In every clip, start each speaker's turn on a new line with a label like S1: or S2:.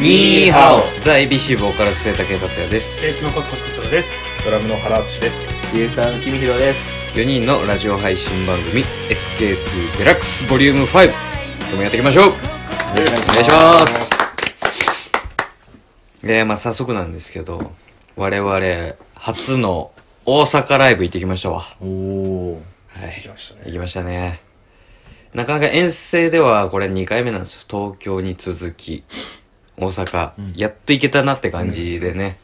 S1: ニーハオザ ABC ボーカル末竹達也です
S2: ベースのコツコツコツです。
S3: ドラムの原敦です。
S4: ディレクターの君ひろです。
S1: 4人のラジオ配信番組 SK2 デラックスボリューム5今日もやっていきましょう
S4: お願いし
S1: お願いしますでまあ早速なんですけど我々初の大阪ライブ行ってきましたわは
S4: おお。
S1: い
S3: 来ました
S1: 行
S3: ね。
S1: きましたねなかなか遠征ではこれ2回目なんですよ東京に続き大阪、やっと行けたなって感じでね、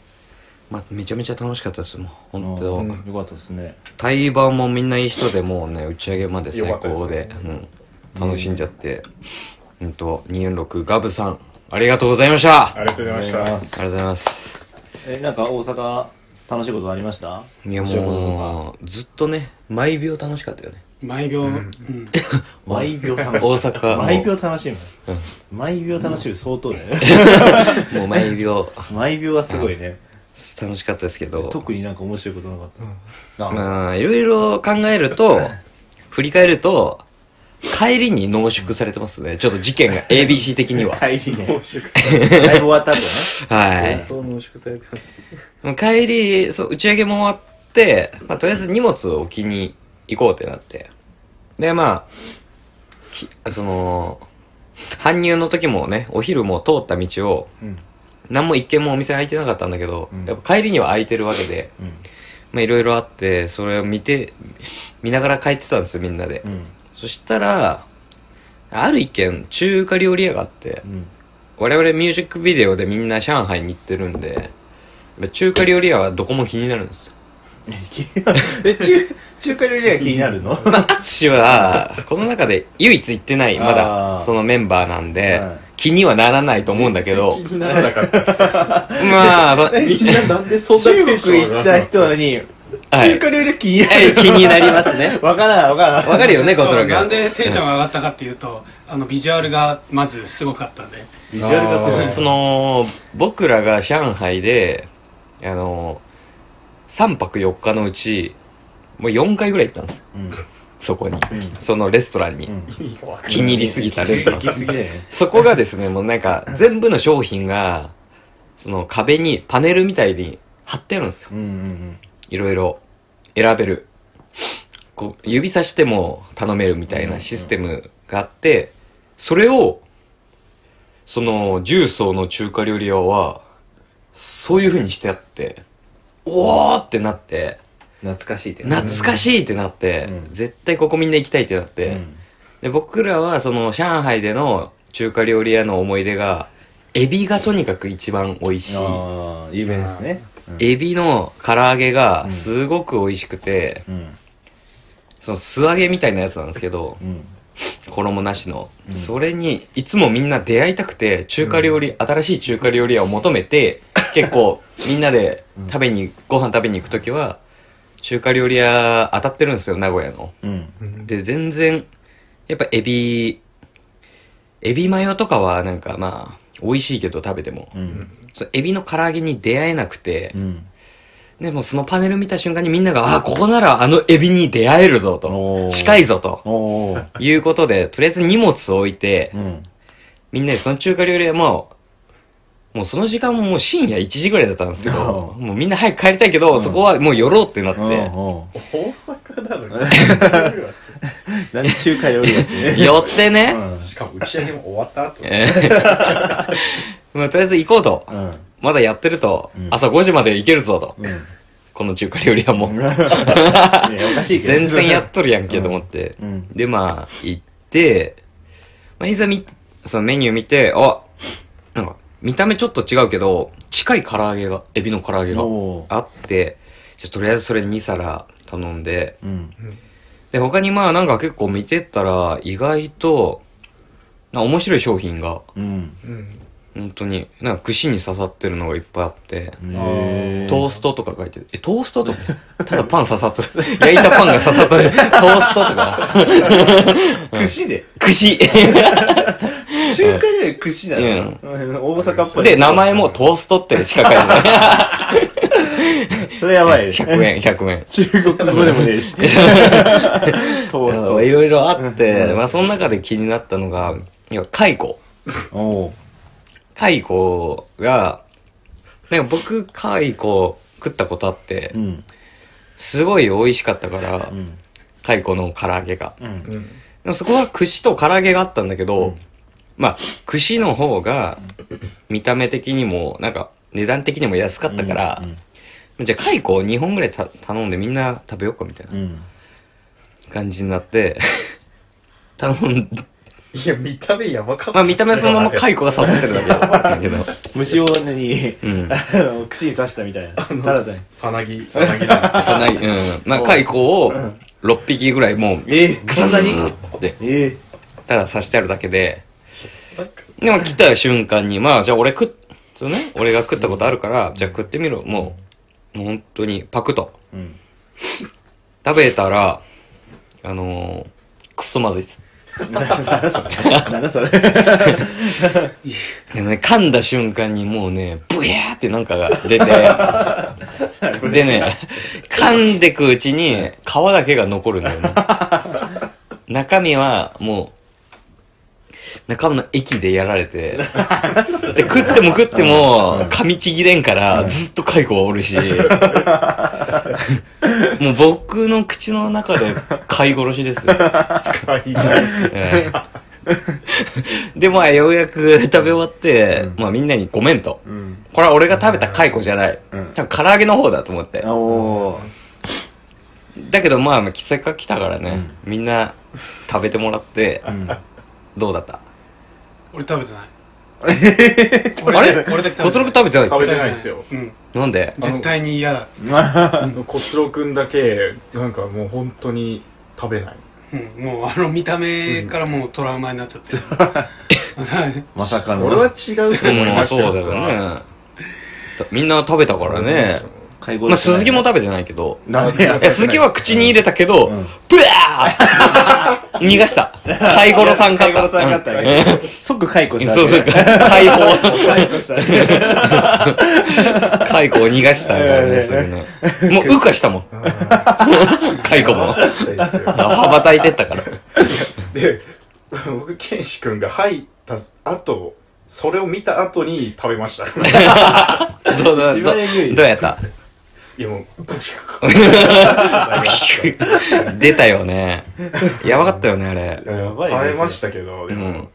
S1: まあめちゃめちゃ楽しかったですもう本当、
S4: うんよかったですね。
S1: 対バンもみんないい人でもうね打ち上げまで最
S3: よかったで
S1: 高
S3: す
S1: で
S3: ね
S1: うん、楽しんじゃってうんと246ガブさんありがとうございましたあ
S3: ありがとうございまし
S4: お願い
S3: た。
S4: しま
S1: り
S4: す
S1: がとうございます
S4: え、なんか大阪楽しいことありました？
S1: いや
S4: 面白いこととか
S1: もうずっとね毎秒楽しかったよね
S2: 毎秒、うん、
S4: 毎秒楽しい。
S1: 大阪も
S4: 毎秒楽しいの。毎秒楽しい相当だよね。
S1: もう毎秒
S4: 毎秒はすごいね。
S1: 楽しかったですけど
S4: 特になんか面白いことなかった。なんか
S1: まあ、いろいろ考えると、振り返ると、帰りに濃縮されてますね。ちょっと事件が ABC 的には。はい。
S4: 帰りね。 だいぶ終わった後ね。
S3: 当濃縮されてます。
S1: もう帰り、そう、打ち上げも終わって、まあ、とりあえず荷物を置きに行こうってなって。で、まあ、きその、搬入の時もね、お昼も通った道を、
S4: うん
S1: 何も一軒もお店開いてなかったんだけど、やっぱ帰りには開いてるわけで、
S4: うん
S1: まあいろいろあって、それを見て、見ながら帰ってたんですよ、みんなで。
S4: うん
S1: そしたら、ある一軒、中華料理屋があって
S4: う、ん
S1: 我々ミュージックビデオでみんな上海に行ってるんで、中華料理屋はどこも気になるんですよ。
S4: え中中華料理が気になるの？
S1: まあ、淳は、この中で唯一行ってない、ま
S4: あ
S1: だ、
S4: ー
S1: そのメンバーなんで
S4: はい、
S1: 気にはならないと思うんだけ ど、
S3: にならなかった。
S1: まあ、そ
S4: え
S3: みんななんでそんな
S4: 中
S3: テ
S4: 国
S3: ンション
S4: 行った人なのに
S1: はい
S4: 中華料理気にな
S1: え
S4: る
S1: え。気になりますね。
S4: わからんわからん。
S1: わかるよね、小
S2: そう
S1: 太郎
S2: なん
S1: 君。
S2: でテンションが上がったかっていうと、あのビジュアルがまずすごかったんで、
S4: ビジュアルがすごい。
S1: その、僕らが上海で、あの、3泊4日のうち、もう4回ぐらい行ったんですよ
S4: うん
S1: そこに。
S4: ん
S1: そのレストランに。
S4: うん
S3: 意味がわかんない
S1: 気に入りすぎたレストラン
S4: 行。きすぎだよね。
S1: そこがですね、もうなんか、全部の商品が、その壁にパネルみたいに貼ってあるんですよ。
S4: うんうん
S1: いろいろ選べる。こう、指さしても頼めるみたいなシステムがあって、それを、その、重曹の中華料理屋は、そういう風にしてあって、おーってなって、
S4: 懐かしいって
S1: 懐かしいってなって、
S4: うん
S1: 絶対ここみんな行きたいってなって、で僕らはその上海での中華料理屋の思い出がエビがとにかく一番美味しい
S4: ああ有名ですね
S1: エビの唐揚げがすごく美味しくて、
S4: うん
S1: その素揚げみたいなやつなんですけど
S4: うん
S1: 衣なしの、それにいつもみんな出会いたくて中華料理、新しい中華料理屋を求め て結構みんなで食べにご飯食べに行く時は中華料理屋当たってるんですよ名古屋の。
S4: うん
S1: で、全然、やっぱエビ、エビマヨとかはなんかまあ、美味しいけど食べても、
S4: うん
S1: そうエビの唐揚げに出会えなくて
S4: う、ん
S1: でもうそのパネル見た瞬間にみんなが、あ、ここならあのエビに出会えるぞ
S4: お
S1: と、
S4: ー
S1: 近いぞと、
S4: おー
S1: いうことで、とりあえず荷物を置いて、
S4: うん
S1: みんなでその中華料理屋もう、もうその時間ももう深夜1時ぐらいだったんですけど、
S4: う
S1: もうみんな早く帰りたいけど、そこはもう寄ろうってなって、
S4: おー
S3: 大阪なの に。
S4: なんで中華料理ですね
S1: 寄ってね、
S3: しかも打ち上げも終わった後。
S1: えー まあとりあえず行こうと。
S4: うんうん
S1: まだやってると、
S4: ん
S1: 朝5時まで行けるぞと。
S4: うん
S1: この中華料理屋も。
S4: いやおかしいけど
S1: 全然やっとるやんけと思って。
S4: うん
S1: で、まあ、行って、まあ、いざ見、そのメニュー見て、あ、なんか、見た目ちょっと違うけど、近い唐揚げが、エビの唐揚げが
S4: おー
S1: あって、じゃあとりあえずそれ2皿頼んで、
S4: うん
S1: で、他にまあなんか結構見てったら、意外と、なんか面白い商品が、
S4: うん
S3: うん。
S1: 本当に、なんか串に刺さってるのがいっぱいあって、
S4: へー
S1: トーストとか書いてる。え、トーストとかただパン刺さっとる。焼いたパンが刺さっとる。トーストとか。
S4: 串で
S1: 串。
S4: 中華料理串なのうん大阪っぽい
S1: で、名前もトーストってしか書いてない。
S4: それやばいね
S1: 100円、100円。
S4: 中国語でもねえし トースト
S1: いろいろあって、まあその中で気になったのが、いや、蚕。
S4: おー
S1: 蚕が、なんか僕、蚕食ったことあって
S4: う、ん
S1: すごい美味しかったから
S4: う、ん
S1: 蚕の唐揚げが。
S4: うん
S3: うん
S1: でもそこは串と唐揚げがあったんだけど、まあ、串の方が、見た目的にも、なんか、値段的にも安かったから、
S4: うん
S1: じゃあ、蚕を2本ぐらいた頼んでみんな食べようかみたいな
S4: うん
S1: 感じになって、 頼ん、
S3: いや、見た目やばかった。
S1: まあ見た目そのまま蚕が刺さってるだけだ けど、
S4: 虫をねに
S1: うん。
S4: あの串に刺したみたいなただだ
S3: さなぎ、さなぎなんですよ。
S1: さない、うん。まあ蚕を6匹ぐらいもう、
S4: えー、そんなに
S1: で、
S4: えー、
S1: ただ刺してあるだけで、
S3: なんか
S1: でも来た瞬間に、まあじゃあ俺食っ、そうね、俺が食ったことあるから、じゃあ食ってみろ、もう、もう本当にパクッと。
S4: うん
S1: 食べたら、あのー、くっそまずいっす。
S4: なんだそれ
S1: でもね、噛んだ瞬間にもうね、ブヤーってなんかが出て、でね、噛んでくうちに皮だけが残るんだよね。中身はもう、中身の液でやられて、で、食っても食っても噛みちぎれんからずっと蚕はおるし、もう僕の口の中で飼い殺しですよ。
S3: 可愛いな。
S1: ええで、まあ、ようやく食べ終わって、まあ、みんなにごめんと。
S4: うん
S1: これは俺が食べた蚕じゃない。
S4: うん
S1: 多分唐揚げの方だと思って。
S4: おー
S1: だけど、まあ、着せっかく来たからね、みんな食べてもらって、
S4: うん
S1: どうだった
S2: 俺食べてない
S1: あれ
S2: 俺だけ食べてない
S1: 骨録食べてな
S3: 食
S1: い
S3: べてないですよ。
S2: うん
S1: なんで
S2: 絶対に嫌だっつって
S3: コツロくんだけ、なんかもう本当に食べない。
S2: うんもうあの見た目からもうトラウマになっちゃっ てるはい
S4: まさかの
S3: 俺は違うと思い
S1: うん、
S3: ま
S1: そ
S3: し
S1: う
S3: た
S1: だよ。ね。とみんな食べたからね。
S4: 解剖
S1: まあ、鈴木も
S4: だ
S1: 食べてないけど。
S4: なんでや
S1: いや、鈴木は口に入れたけど、
S4: うん
S1: ブワー逃がした。貝五郎さんか
S4: 解
S1: った。
S4: 剖さん勝
S1: うん
S4: った即解雇した
S1: そうそう、解放、
S4: 解雇したね
S1: 解 雇を逃がしたんだよね、すぐね。もう、うかしたもん。解雇も。羽ばたいてったから。
S3: で、僕、ケンシ君が入った後、それを見た後に食べま した。
S1: どうどう
S4: 一
S1: どう
S4: 番えぐい
S1: どうやった
S3: いやもう、
S1: 出たよね。やばかったよね、あれ。
S4: やばいね
S3: 食べましたけど、
S1: う
S3: で
S1: ん
S3: も、。
S4: 飲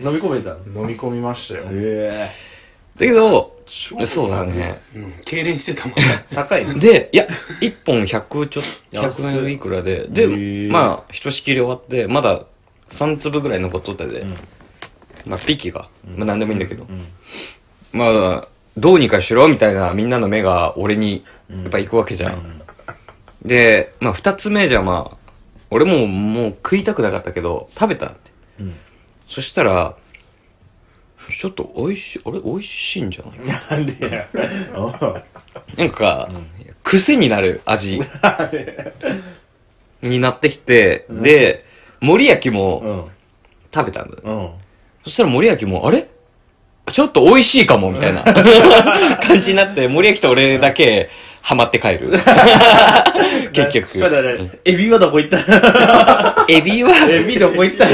S4: み込めたの
S3: 飲み込みましたよ。
S4: え
S1: だけど、
S3: 超
S1: そうだね。
S2: うん痙攣してたもん
S4: え高いね
S1: で、いや、1本100ちょ、100
S4: 安
S1: 円
S4: い
S1: いくらで、
S4: へ
S1: で、
S4: ー
S1: まあ、ひとしきり終わって、まだ3粒ぐらい残っとったで、まあ、ピキが、まあ、なんでもいいんだけど、まあ、どうにかしろみたいなみんなの目が俺に、やっぱ行くわけじゃん。で、まあ、2つ目じゃまあ、俺もう、もう食いたくなかったけど、食べたって。
S4: うん
S1: そしたら、ちょっと美味しい、あれ美味しいんじゃない
S4: なんでや おう
S1: なんか、癖になる 味になってきて、で、森焼き
S4: う
S1: も
S4: ん
S1: 食べたんだ。
S4: うん
S1: そしたら森焼きも、あれちょっと美味しいかもみた いな感じになって、森焼きと俺だけハマって帰 る。結局
S4: ちょっと待って待ってエビはどこ行った
S1: エビは、
S4: エビど こ行った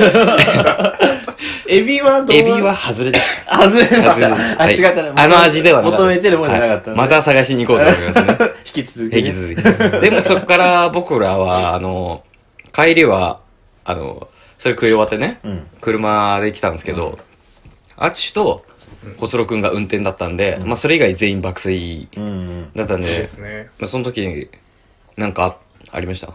S4: エビはどこ
S1: エビは外れでした。
S4: 外れまし。
S1: 外れでした
S4: あ、
S1: は
S4: 違
S1: い
S4: ったね。
S1: あの味ではなかった
S4: 求めてるもんじゃなかった
S1: は
S4: ね。
S1: いまた探しに行こうと思いますね。
S4: 引き続きね。
S1: 引き続き。でもそっから僕らは、あの、帰りは、あの、それ食い終わってね、
S4: うん
S1: 車で来たんですけど、アツシと小鶴くんが運転だったんで、まあそれ以外全員爆睡
S4: う んうん。
S1: だったんで、
S3: ですね。
S1: まあその時に、なんかあ、ありました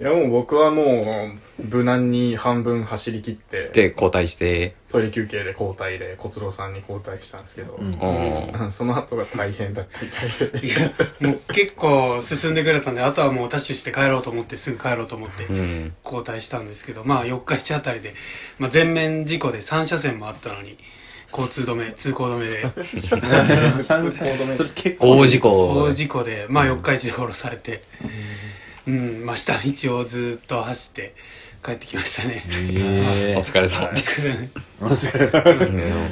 S3: いやもう僕はもう、無難に半分走り切って、
S1: で、交代して、
S3: トイレ休憩で交代で、小郎さんに交代したんですけど、
S1: う
S4: ん
S1: ん。
S3: うんその後が大変だったみた いで。
S2: いやもう結構進んでくれたんであとはもうダッシュして帰ろうと思ってすぐ帰ろうと思って
S1: うん。
S2: 交代したんですけどまあ4日7あたりで、まあ、全面事故で3車線もあったのに交通止め通行止めで
S4: 三それ結構。
S1: 大事故
S2: 大。事故でまあ4日一度殺されてうんまあ下道をずっと走って帰ってきましたね
S1: お
S4: え
S1: 疲れ様
S2: お疲れ様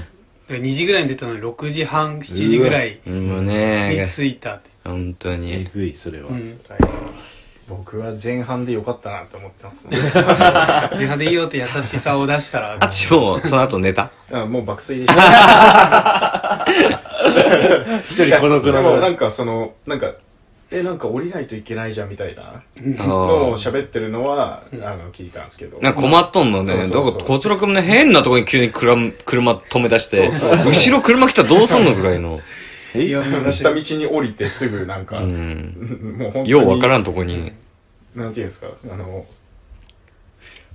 S2: で2時ぐらいに出たのに6時半7時ぐらい
S1: うん。もう
S2: に
S1: ね、
S2: 着いたって
S1: 本当
S4: え
S1: に。
S4: ぐい、それは
S2: う。ん
S3: 大変僕は前半で良かったなって思ってます ね
S2: 前半でいいよって優しさを出したら
S1: あっちもその後寝た
S3: あもう爆睡でした
S4: 一人孤独
S3: で
S4: な
S3: もなん
S4: の。
S3: かそのなんかえなんか降りないといけないじゃんみたいな
S1: あ
S3: のを
S1: ー
S3: 喋ってるのはあの聞いたんですけど
S1: なんか困っとんのね。
S3: そう
S1: だ
S3: そ
S1: か
S3: うそう
S1: ら、こつらくんもね、変なとこに急に車、車止め出して、後ろ車来たらどうすんのぐらいの。
S4: え
S2: いや
S3: うん下道に降りてすぐなんか、
S1: う。
S3: うんんもう本当に
S1: ようわからんとこに。
S3: なんていうんですかあの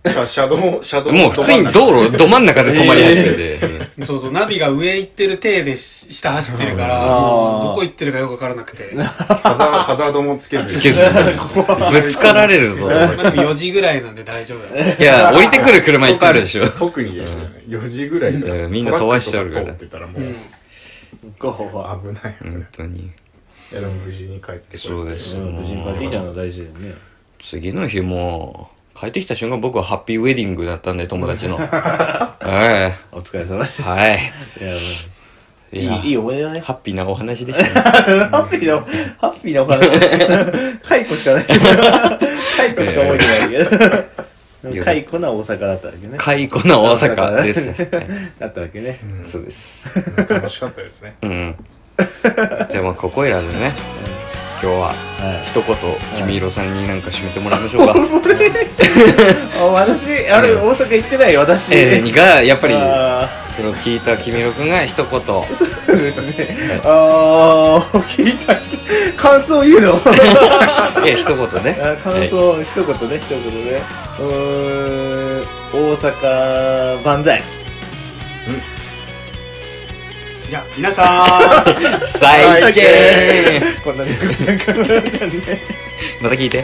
S3: 車車道車道
S1: もう普通に道路、ど真ん中で止まり始めて。
S2: そうそう、ナビが上行ってる体でし下走ってるから、
S4: あー
S2: どこ行ってるかよくわからなくて。ま
S3: ハザハザードもつけず
S1: つけずに。ぶつかられるぞ。
S2: あでも4時ぐらいなんで大丈夫 だ。
S1: いや、降りてくる車いっぱいあるでしょ。
S3: 特にですよね4時ぐらいと
S1: う
S3: か
S1: んみんな飛ばしちゃうから
S3: トラックと通ってたらもう
S2: う
S3: 危
S2: ん。
S4: ゴー
S3: な
S4: は。
S3: い危ない
S1: 本当に。
S3: いやでも無事に帰ってく
S1: そうです
S4: うん無事に帰ってきたの大事だよね。
S1: 次の日も、帰ってきた瞬間僕はハッピーウェディングだったんで、友達の。え
S4: お疲れ様で
S1: え。
S4: す。
S1: はい。
S4: いや。
S1: いや
S4: いい、いい思い出だね。
S1: ハッピーなお話でしたね。
S4: ハッピーな、ハッピーなお話。解雇しかない。 解雇しか覚えてないけど。解雇な大阪だったわけね。
S1: 解雇な大阪です。
S4: だったわけね。
S1: そうです。
S3: 楽しかったですね
S1: うん。じゃあまあ、ここいらでね、今日は
S4: は
S1: 一言、君色さんになんか締めてもらいまし ょうか。
S4: い。あ、私、あれ、大阪行ってないよ私。
S1: えー、が、やっぱり、
S4: あ
S1: それを聞いた君色くんが一 言。
S4: ーそうですね。あー、聞いた。感想言うの
S1: いや、一言ね。
S4: あ 感
S1: はい
S4: 想、一言ね、一言ね。うーん、大阪万歳。
S2: じゃあ、皆さん、
S1: 最低
S4: こんなにぐちゃぐちゃになっちゃうね。
S1: また聞いて。